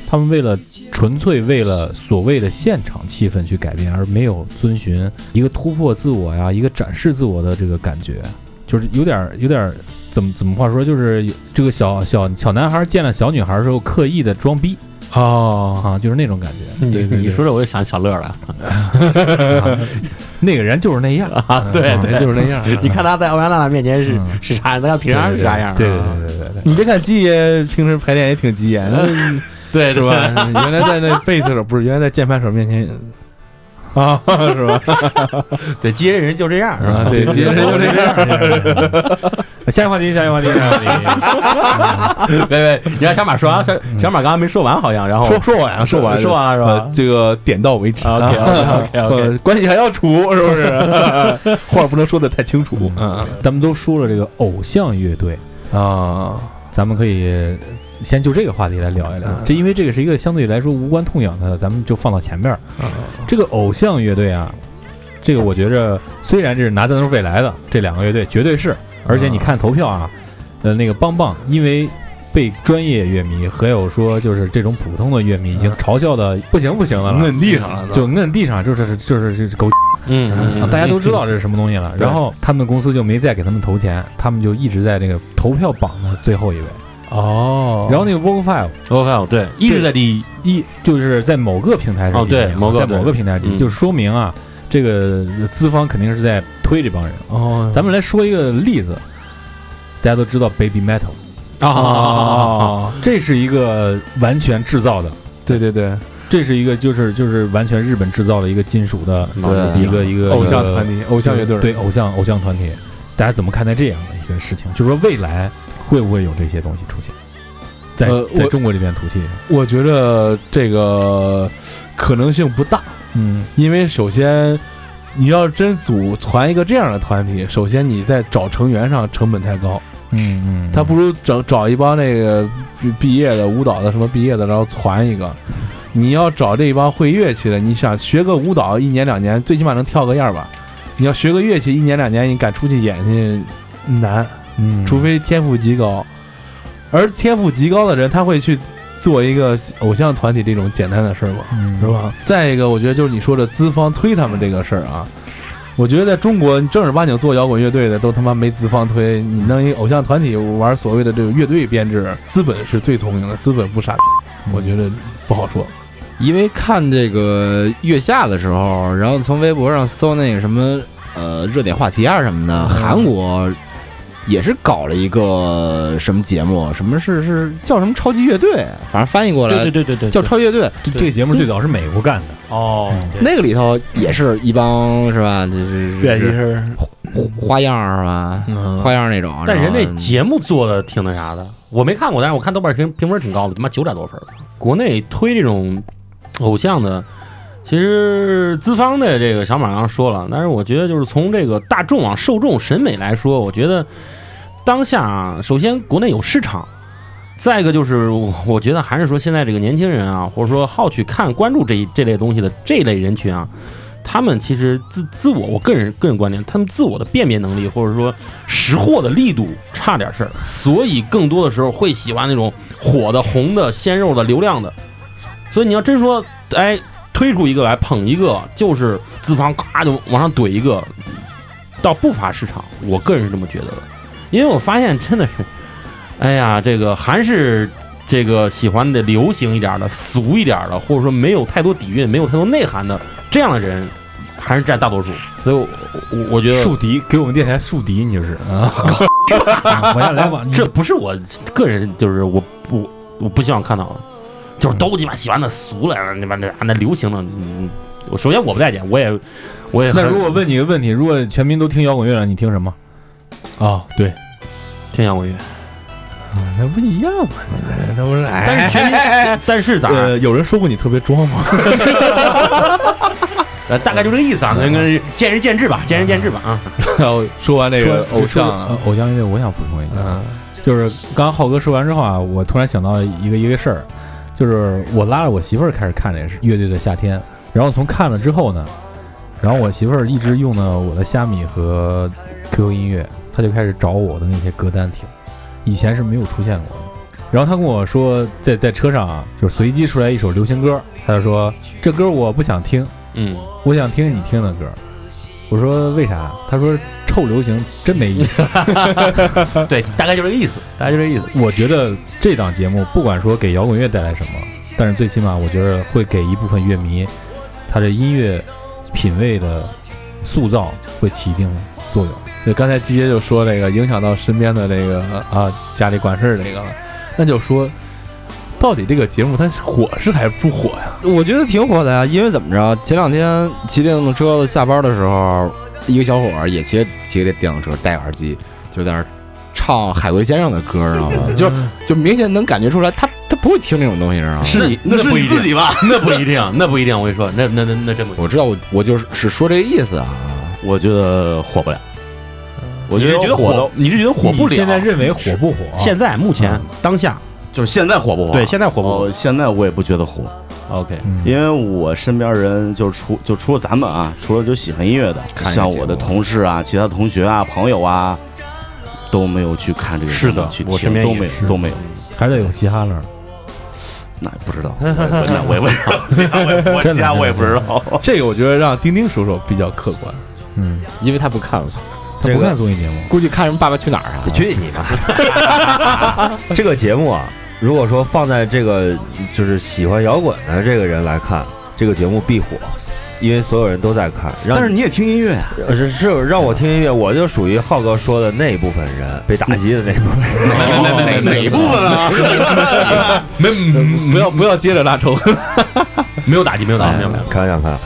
他们为了纯粹为了所谓的现场气氛去改编，而没有遵循一个突破自我呀，一个展示自我的这个感觉，就是有点儿有点儿怎么怎么话说，就是有这个小小小男孩见了小女孩儿时候刻意的装逼哦，啊，就是那种感觉。你对对你对说这我就想小乐了啊那个人就是那样，啊，对对，对，就是那样。 <laughs> 你看他在欧阳娜娜面前是嗯是啥样，他平常是啥样啊，啊对对对对对对。你别看基爷平时排练也挺急眼的，对是？吧？原来在那贝斯手不是，原来在键盘手面前啊，是吧？ <laughs> 对，接人就这样是吧？啊，对，基爷 <laughs> 就这样。下一个话题，下一个话题，下一个话题。别别，你让小马说完，小小马刚刚没说完好像，然后说说完了，哦说完了，说完了是吧呃这个点到为止。啊，OK，OK，OK，OK <laughs> 呃关系还要处，是不 <laughs> 是？话不能说的太清楚。嗯咱们都说了这个偶像乐队，啊，咱们可以先就这个话题来聊嗯一聊。这因为这个是一个相对来说无关痛痒的，咱们就放到前面儿。嗯这个偶像乐队啊，这个我觉着虽然这是拿赞助费来的，这两个乐队绝对是，而且你看投票啊，呃，那个棒棒因为。被专业乐迷还有说就是这种普通的乐迷已嗯经嘲笑的不行不行的了，摁地上了，就摁地上就是就是就是狗嗯嗯啊，嗯大家都知道这是什么东西了。然后他们公司就没再给他们投钱，他们就一直在那个投票榜的最后一位。哦然后那个 v o g Five ，OK，对，一直在第一，一就是在某个平台上啊哦对某个在某个平台对上，就说明啊，这个资方肯定是在推这帮人。哦，咱们来说一个例子，大家都知道 Baby Metal，啊啊哦哦，这是一个完全制造的，对对对，这是一个就是就是完全日本制造的一个金属的嗯对一个一个偶像团体，偶偶像乐队，对偶像偶像团体，大家怎么看待这样的一个事情？就说未来会不会有这些东西出现，在、呃在我中国这片土地上？我觉得这个可能性不大，嗯，因为首先你要真组团一个这样的团体，首先你在找成员上成本太高，嗯嗯，他不如找找一帮那个毕毕业的舞蹈的什么毕业的，然后团一个。你要找这一帮会乐器的，你想学个舞蹈，一年两年最起码能跳个样儿吧。你要学个乐器，一年两年你敢出去演去难。嗯，除非天赋极高，而天赋极高的人，他会去做一个偶像团体这种简单的事儿吗？嗯是吧？再一个，我觉得就是你说的资方推他们这个事儿啊，我觉得在中国正儿八经做摇滚乐队的都他妈没资方推，你弄一偶像团体玩所谓的这个乐队编制，资本是最聪明的，资本不傻逼，嗯我觉得不好说。因为看这个月下的时候，然嗯后从微博上搜那个什么呃热点话题啊什么的，韩国也是搞了一个什么节目，什么是是叫什么超级乐队，反正翻译过来对对对对，叫超级乐队。这这个节目嗯最早是美国干的，哦，那个里头也是一帮是吧，就是乐器是花样儿是吧，嗯花样儿那种。但人然后那节目做的挺那啥的，我没看过，但是我看豆瓣评评分挺高的，他妈九点多分儿。国内推这种偶像的，其实资方的这个小马刚刚说了，但是我觉得就是从这个大众啊受众审美来说，我觉得当下啊首先国内有市场。再一个就是，我我觉得还是说现在这个年轻人啊，或者说好去看、关注这一这类东西的这类人群啊，他们其实自自我，我个人个人观点，他们自我的辨别能力，或者说识货的力度差点事儿，所以更多的时候会喜欢那种火的、红的、鲜肉的、流量的。所以你要真说，哎，推出一个来捧一个，就是资方咔就往上怼一个，倒不乏市场。我个人是这么觉得的，因为我发现真的是，哎呀，这个还是这个喜欢的流行一点的、俗一点的，或者说没有太多底蕴、没有太多内涵的这样的人，还是占大多数。所以我，我我觉得树敌给我们电台树敌，你就是 <laughs> 啊，我要来往这不是我个人，就是我不我不希望看到的，就是都鸡巴喜欢那俗了，你妈那那流行的，嗯，我首先我不待见，我也我也那很如果问你一个问题，如果全民都听摇滚乐了，你听什么？啊，对，听摇滚乐，那不一样啊吗？他不是哎但是全民，但是咋，呃，有人说过你特别装吗？呃大概就这个意思啊，那个见仁见智吧，见仁见智吧啊，然后说完这个说偶说像呃啊，偶像乐队，我想补充一下，嗯，就是刚刚浩哥说完之后啊，我突然想到一个一个事儿，就是我拉着我媳妇儿开始看这个乐队的夏天，然后从看了之后呢，然后我媳妇儿一直用的我的虾米和 QQ 音乐，她就开始找我的那些歌单听，以前是没有出现过的。然后她跟我说，在在车上啊，就随机出来一首流行歌，她就说这歌我不想听，嗯，我想听你听的歌。我说为啥？她说臭流行真 <laughs> 没意思。对，大概就这个意思，大概就这个意思，我觉得这档节目不管说给摇滚乐带来什么，但是最起码我觉得会给一部分乐迷他的音乐品味的塑造会起一定的作用。就刚才季姐就说这个影响到身边的这个啊家里管事儿这个了，那就说到底这个节目它火是还是不火呀？我觉得挺火的呀，因为怎么着，前两天骑电动车下班的时候，一个小伙儿也骑骑着电动车，戴耳机就在那儿唱海龟先生的歌，知道吗？就就明显能感觉出来，他他不会听这种东西，知道吗？是你那是不你一定自，己吧？那不一定，那不一定，我跟你说，那那那那真不一定，我知道，我我就是是说这个意思啊。我觉得火不了，我觉你是觉得火的，你是觉得火不了？你现在认为火不火？现在目前嗯当下， <laughs> 就是现在火不火？对，现在火不火我现在我也不觉得火， ？OK，嗯、因为我身边人就除就除了咱们啊，除了就喜欢音乐的，看一下像节我的目同事啊、其他同学啊、朋友啊，都没有去看这个是节目的去我身听边都也没有是都没有，还得有嘻哈乐。那也不知道，我那我也不知道，其他我也我真的其他我也不知道。这个我觉得让丁丁叔叔比较客观，嗯，因为他不看了，他不看综艺节目，估计看什么《爸爸去哪儿》啊。去你的！ <laughs> 这个节目啊，如果说放在这个就是喜欢摇滚的这个人来看，这个节目必火，因为所有人都在看。让但是你也听音乐啊，呃是是让我听音乐，我就属于浩哥说的那一部分人，被打击的那一部分人。哪哪一部分啊？没不要不要接着拉仇恨，没有打击，没有打击，没有没有。哎开玩笑，开玩笑。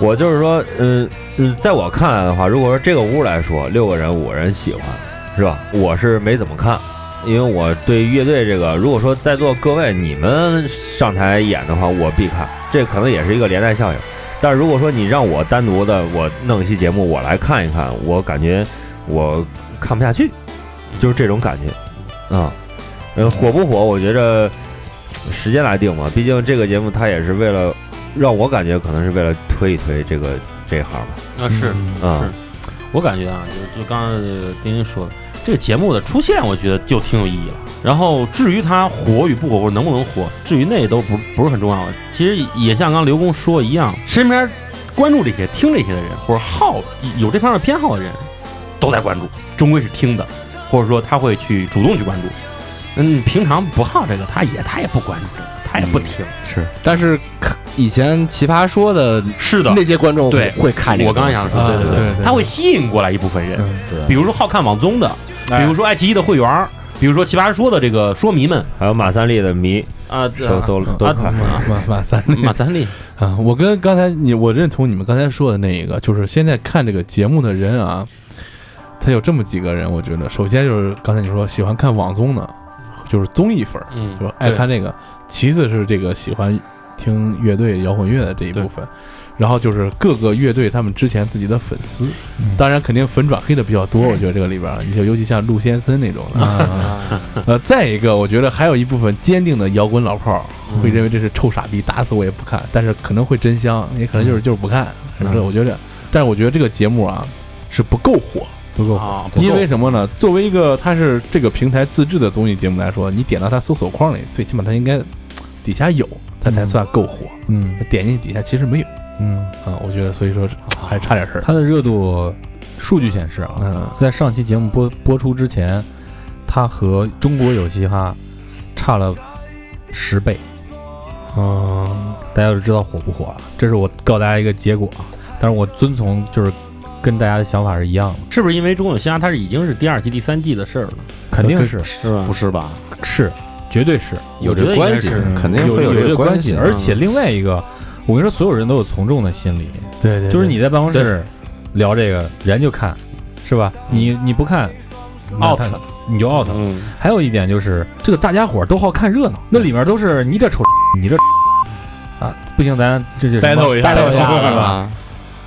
我就是说，嗯嗯，在我看来的话，如果说这个屋来说，六个人五个人喜欢，是吧？我是没怎么看，因为我对乐队这个，如果说在座各位你们上台演的话，我必看，这可能也是一个连带效应。但是如果说你让我单独的我弄一期节目我来看一看，我感觉我看不下去，就是这种感觉啊。呃，火不火，我觉着时间来定嘛，毕竟这个节目它也是为了让我感觉可能是为了推一推这个这一行吧。啊，是嗯是，我感觉啊，就就刚刚呃丁丁说的，这个节目的出现，我觉得就挺有意义了。然后至于它火与不火，或者能不能火，至于那都不不是很重要了。其实也像刚刚刘工说一样，身边关注这些、听这些的人，或者好有这方面偏好的人，都在关注，终归是听的，或者说他会去主动去关注。嗯，平常不好这个，他也他也不关注这个，他也不听。但是看以前《奇葩说》的是那些观众对会看这个我东刚西，想说，啊对对对对他会吸引过来一部分人，比如说好看网综的，哎比如说爱奇艺的会员儿，比如说奇葩说的这个说迷们还有马三立的迷啊，都都都啊嗯看。嗯马马三马三立，啊，我跟刚才你，我认同你们刚才说的那一个，就是现在看这个节目的人啊，他有这么几个人，我觉得，首先就是刚才你说喜欢看网综的，就是综艺粉儿，嗯就是爱看这个；其次是这个喜欢听乐队、摇滚乐的这一部分，然后就是各个乐队他们之前自己的粉丝，当然肯定粉转黑的比较多，我觉得这个里边儿，你就尤其像陆先生那种的， <laughs> 呃，再一个，我觉得还有一部分坚定的摇滚老炮儿会认为这是臭傻逼，打死我也不看，但是可能会真香，也可能就是就是不看，是不是？我觉得，但是我觉得这个节目啊是不够火，不够啊，不够因为什么呢？作为一个它是这个平台自制的综艺节目来说，你点到它搜索框里，最起码它应该底下有，它才算够火。嗯点进去底下其实没有嗯，啊，我觉得所以说还是差点事儿。它的热度数据显示啊，嗯在上期节目播播出之前，它和中国有嘻哈差了十倍。哦嗯，大家就知道火不火了。这是我告诉大家一个结果啊，但是我遵从就是跟大家的想法是一样的，是不是因为《中有嘻哈》它是已经是第二季、第三季的事儿了？肯定是是吧不？呃是吧？是，绝对是有这我觉得个应该关系是，肯定嗯会有这这个个关系。啊而且另外一个，我跟你说，所有人都有从众的心理，对对就是你在办公室聊这个，人就看，是吧？你你不看那 Out 他你就 out 了。嗯，还有一点就是，这个大家伙儿都好看热闹，那里面都是你这丑，你这啊，不行，咱这就 battle 一下 battle 一 <laughs> 下是是吧？吧？啊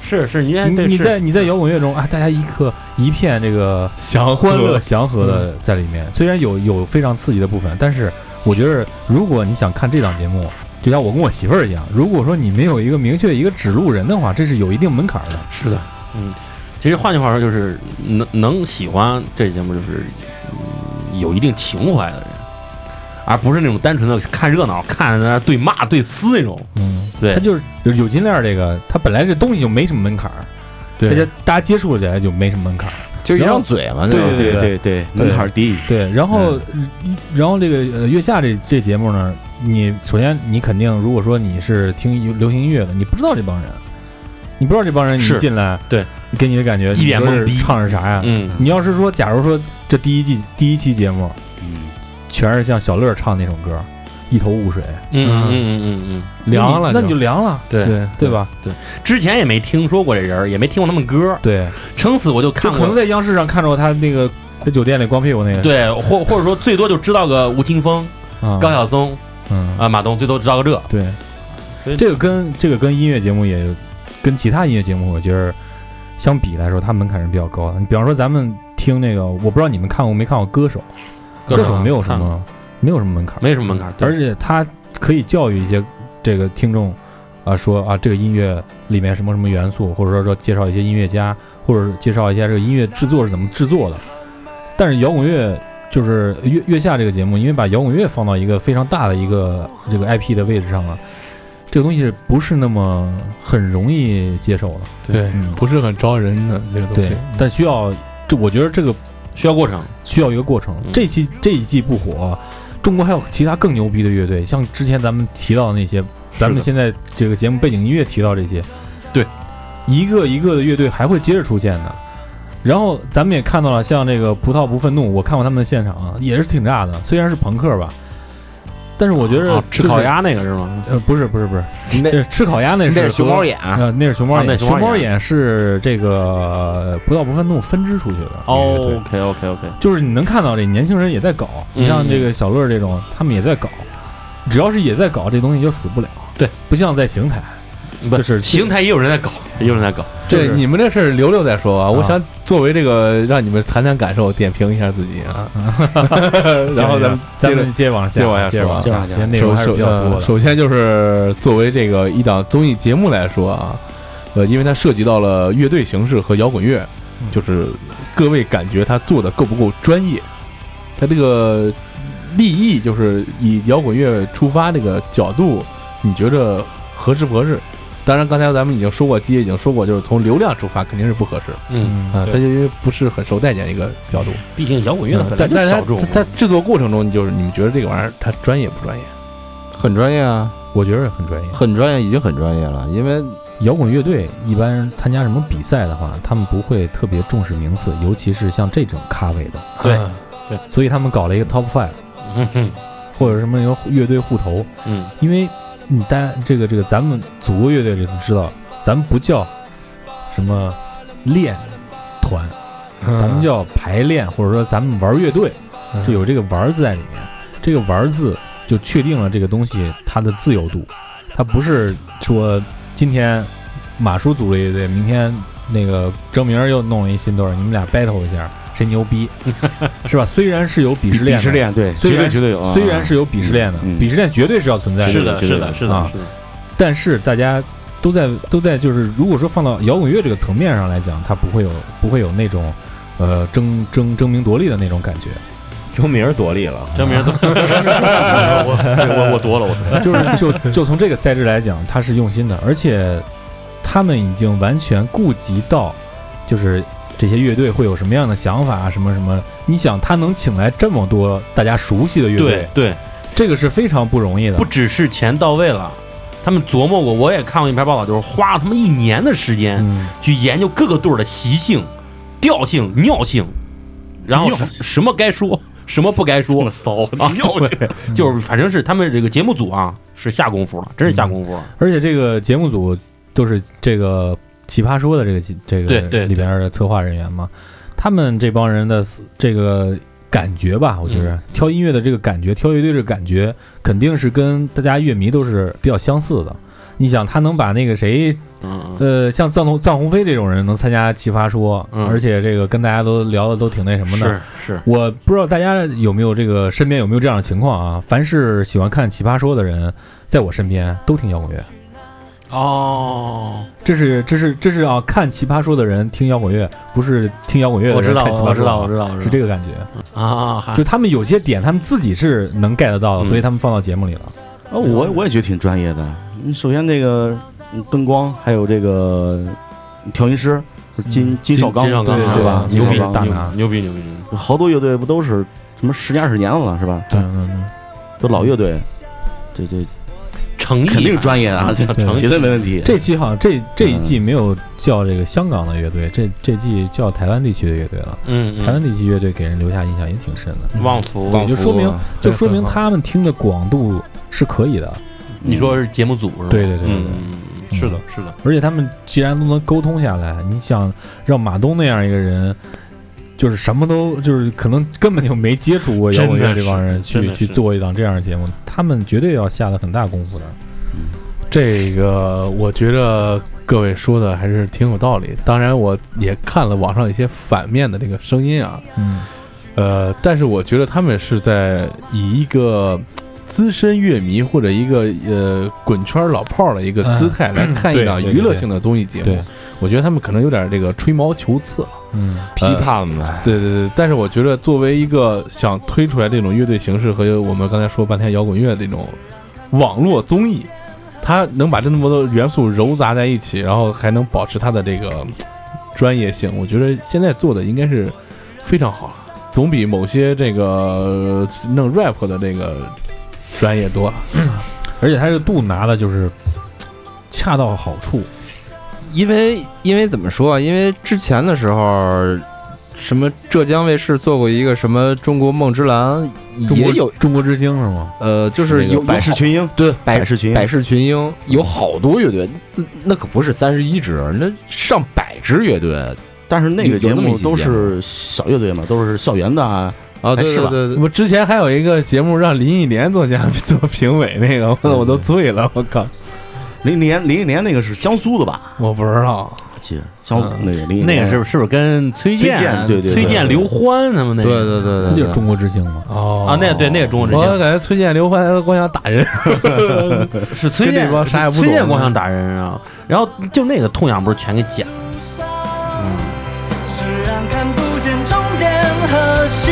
是是，你嗯你哎对你是在你在摇滚乐中啊，大家一刻一片这个祥欢乐和祥和的在里面。虽然有有非常刺激的部分，但是我觉得如果你想看这档节目，就像我跟我媳妇儿一样，如果说你没有一个明确一个指路人的话，这是有一定门槛的。是的，嗯，其实换句话说就是能能喜欢这节目就是、嗯有一定情怀的人，而不是那种单纯的看热闹、看在那儿对骂对撕那种。嗯，对它就是就是有金链儿这个，它本来这东西就没什么门槛儿，大对家大家接触起来就没什么门槛儿。就一然张后嘴嘛，就对对对 <laughs> 对对，门槛低。对，然后、嗯然后这个呃月下这这节目呢，你首先你肯定如果说你是听流行音乐的，你不知道这帮人，你不知道这帮人你是进来，对，给你的感觉一脸你说是懵逼唱是啥呀？嗯，你要是说，假如说这第一季第一期节目嗯，全是像小乐唱那首歌，一头雾水，嗯嗯嗯嗯嗯，凉了，那你就凉了，对对对？吧？之前也没听说过这人儿，也没听过他们歌儿，对，撑死我就就看可能过。在央视上看着他那个在酒店里光屁股那个，对，或或者说最多就知道个吴青峰、啊，高晓松嗯，啊、马东，最多知道个这。对所以，这个跟这个跟音乐节目也，跟其他音乐节目，我觉得相比来说，它门槛是比较高的。你比方说咱们听那个，我不知道你们看过没看过《歌手》，歌手没有什啊看，么没有什么门槛，没什么门槛，对而且它可以教育一些这个听众啊、说啊这个音乐里面什么什么元素，或者说说介绍一些音乐家，或者介绍一下这个音乐制作是怎么制作的。但是摇滚乐就是月月下这个节目，因为把摇滚乐放到一个非常大的一个这个 IP 的位置上了，这个东西不是那么很容易接受的。对嗯， <laughs> 不是很招人的这个东西。对，但需要这，我觉得这个需要过程。需要一个过程嗯。这期这一季不火，中国还有其他更牛逼的乐队，像之前咱们提到的那些，咱们现在这个节目背景音乐提到这些，对，一个一个的乐队还会接着出现的。然后咱们也看到了，像这个葡萄不愤怒，我看过他们的现场啊，也是挺炸的，虽然是朋克吧，但是我觉得啊吃就是烤，鸭那个是吗？呃，不是不是不是，那呃吃烤鸭那那是是熊猫眼。眼，啊，那是熊猫啊那眼，熊猫熊猫眼眼是这个葡萄不愤怒分支出去的哦那个乐队 OK OK OK，就是你能看到这年轻人也在搞，嗯你像这个小乐这种，他们也在搞，只要是也在搞，这东西就死不了。对，不像在邢台，不就是邢台也有人在搞，也有人在搞。就对是你们这事儿留留再说啊！我啊想作为这个让你们谈谈感受，点评一下自己 <laughs> 啊。然后咱们接咱着们接着往下，接着往下接着往说啊接着往下下，其实内容还是比较呃多的。首先就是作为这个一档综艺节目来说啊，呃，因为它涉及到了乐队形式和摇滚乐，嗯就是各位感觉它做的够不够专业？它这个立意就是以摇滚乐出发这个角度，你觉得合适不合适？当然，刚才咱们已经说过，基爷已经说过，就是从流量出发肯定是不合适嗯，啊，它对就因为不是很受待见一个角度。毕竟摇滚乐嗯本来但就但是小它众。它它制作过程中，你就是你们觉得这个玩意儿它专业不专业？很专业啊，我觉得很专业。很专业，已经很专业了。因为摇滚乐队一般参加什么比赛的话，他们不会特别重视名次，尤其是像这种咖位的，对所以他们搞了一个 Top Five，嗯嗯 <laughs> 或者什么有乐队互投，嗯，因为你大家这个这个咱们祖国乐队里都知道，咱们不叫什么练团，咱们叫排练，或者说咱们玩乐队，嗯就有这个“玩”字在里面。这个“玩”字就确定了这个东西它的自由度，它不是说今天马叔组了一队，明天那个张明儿又弄了一新队儿，你们俩 battle 一下，谁牛 <laughs> 逼，是吧？虽然是有鄙视链的，鄙视链对，虽绝然对绝对有啊，虽 <laughs> 然是有鄙视链的，嗯嗯鄙视链绝对是要存在的，是的，对对是的，是的啊，是的，但是大家都在都在就是，如果说放到摇滚乐这个层面上来讲，它不会有不会有那种呃争争争名夺利的那种感 <laughs> 觉，周明儿夺利了，证明都我我我夺了，我夺了，就是就就从这个赛制来讲，它是用心的，而且他们已经完全顾及到就是。这些乐队会有什么样的想法啊？什么什么？你想，他能请来这么多大家熟悉的乐对队，对，这个是非常不容易的。不只是钱到位了，他们琢磨过，我也看过一篇报道，就是花了他们一年的时间嗯，去研究各个队儿的习性、调性、尿性，然后什什么该说，什么不该说，骚啊，对，就是反正是他们这个节目组啊是下功夫了，真是下功夫了。而且这个节目组都是这个《奇葩说》的这个这个对对里边的策划人员嘛，他们这帮人的思这个感觉吧，我觉嗯得、挑音乐的这个感觉，挑乐队这个感觉，肯定是跟大家乐迷都是比较相似的。你想，他能把那个谁，嗯，呃，像臧鸿臧鸿飞这种人能参加《奇葩说》嗯而且这个跟大家都聊的都挺那什么的，是是，我不知道大家有没有这个身边有没有这样的情况啊？凡是喜欢看《奇葩说》的人，在我身边都听摇滚乐。哦，这是这是这是啊！看《奇葩说》的人听摇滚乐，不是听摇滚乐的我知人道，看《奇葩我说知》道，我啊，知道，我是知这个感觉。道啊，还就他们有些点，他们自己是能 get 到嗯的，所以他们放到节目里了。啊，我我也觉得挺专业的。嗯首先这个嗯灯光，还有这个调音师金嗯金少刚，金少刚对啊是吧？牛逼金少大刚拿牛逼牛逼牛逼，好多乐队不都是什么十年二十年了是吧？嗯嗯嗯，都老乐队，这这诚意肯定专业啊，这对诚绝意对没问题。这期好像这这一嗯季没有叫这个香港的乐队，这这季叫台湾地区的乐队了。嗯台湾嗯，地区乐队给人留下印象也挺深的，旺啊福，也就说明就说明很好他们听的广度是可以的，你说是节目组是吧？对对对对嗯对嗯嗯是的，是的，而且他们既然都能沟通下来，你想让马东那样一个人，就是什么都就是可能根本就没接触过摇滚乐真的是这帮人真去的是去做一档这样的节目，他们绝对要下了很大功夫的。这个我觉着各位说的还是挺有道理。当然，我也看了网上一些反面的这个声音啊，嗯，呃，但是我觉得他们是在以一个资深乐迷或者一个呃滚圈老炮儿的一个姿态 <clears throat> 来看一档哎对对娱乐性的综艺节目。对，我觉得他们可能有点这个吹毛求疵。嗯，批判嘛，对对对，但是我觉得作为一个想推出来这种乐队形式和我们刚才说半天摇滚乐这种网络综艺，它能把这么多元素糅杂在一起，然后还能保持它的这个专业性，我觉得现在做的应该是非常好了，总比某些这个 <laughs> 呃弄 rap 的这个专业多了。 <laughs> 而且他这个度拿的就是恰到好处，因为因为怎么说啊？因为之前的时候，什么浙江卫视做过一个什么《中国梦之蓝》，中也国有中国之星是吗？呃，就那是个有百事群英，对百百事群英百，事群英有好多乐队，那那可不是三十一支，那上百支乐队但是那个节有那么一目期都节目是小乐队嘛，都是校园的啊。啊，对是对吧对对，我之前还有一个节目让林忆莲做嘉宾做评委，那个我我都醉了，我靠，零零年零一年那个是江苏的吧？我不知道。记得江苏那个零一那年个是不是不是跟崔嗯崔健健对对对崔健、对刘欢他们那对个对那对就对，是对中国之星嘛。哦啊，那个对那个中国之我星感觉崔健、刘欢光想打人，是崔跟健这帮啥也不懂崔健光想打人啊，然后就那个痛痒不是全给剪了，虽然看不见终点和希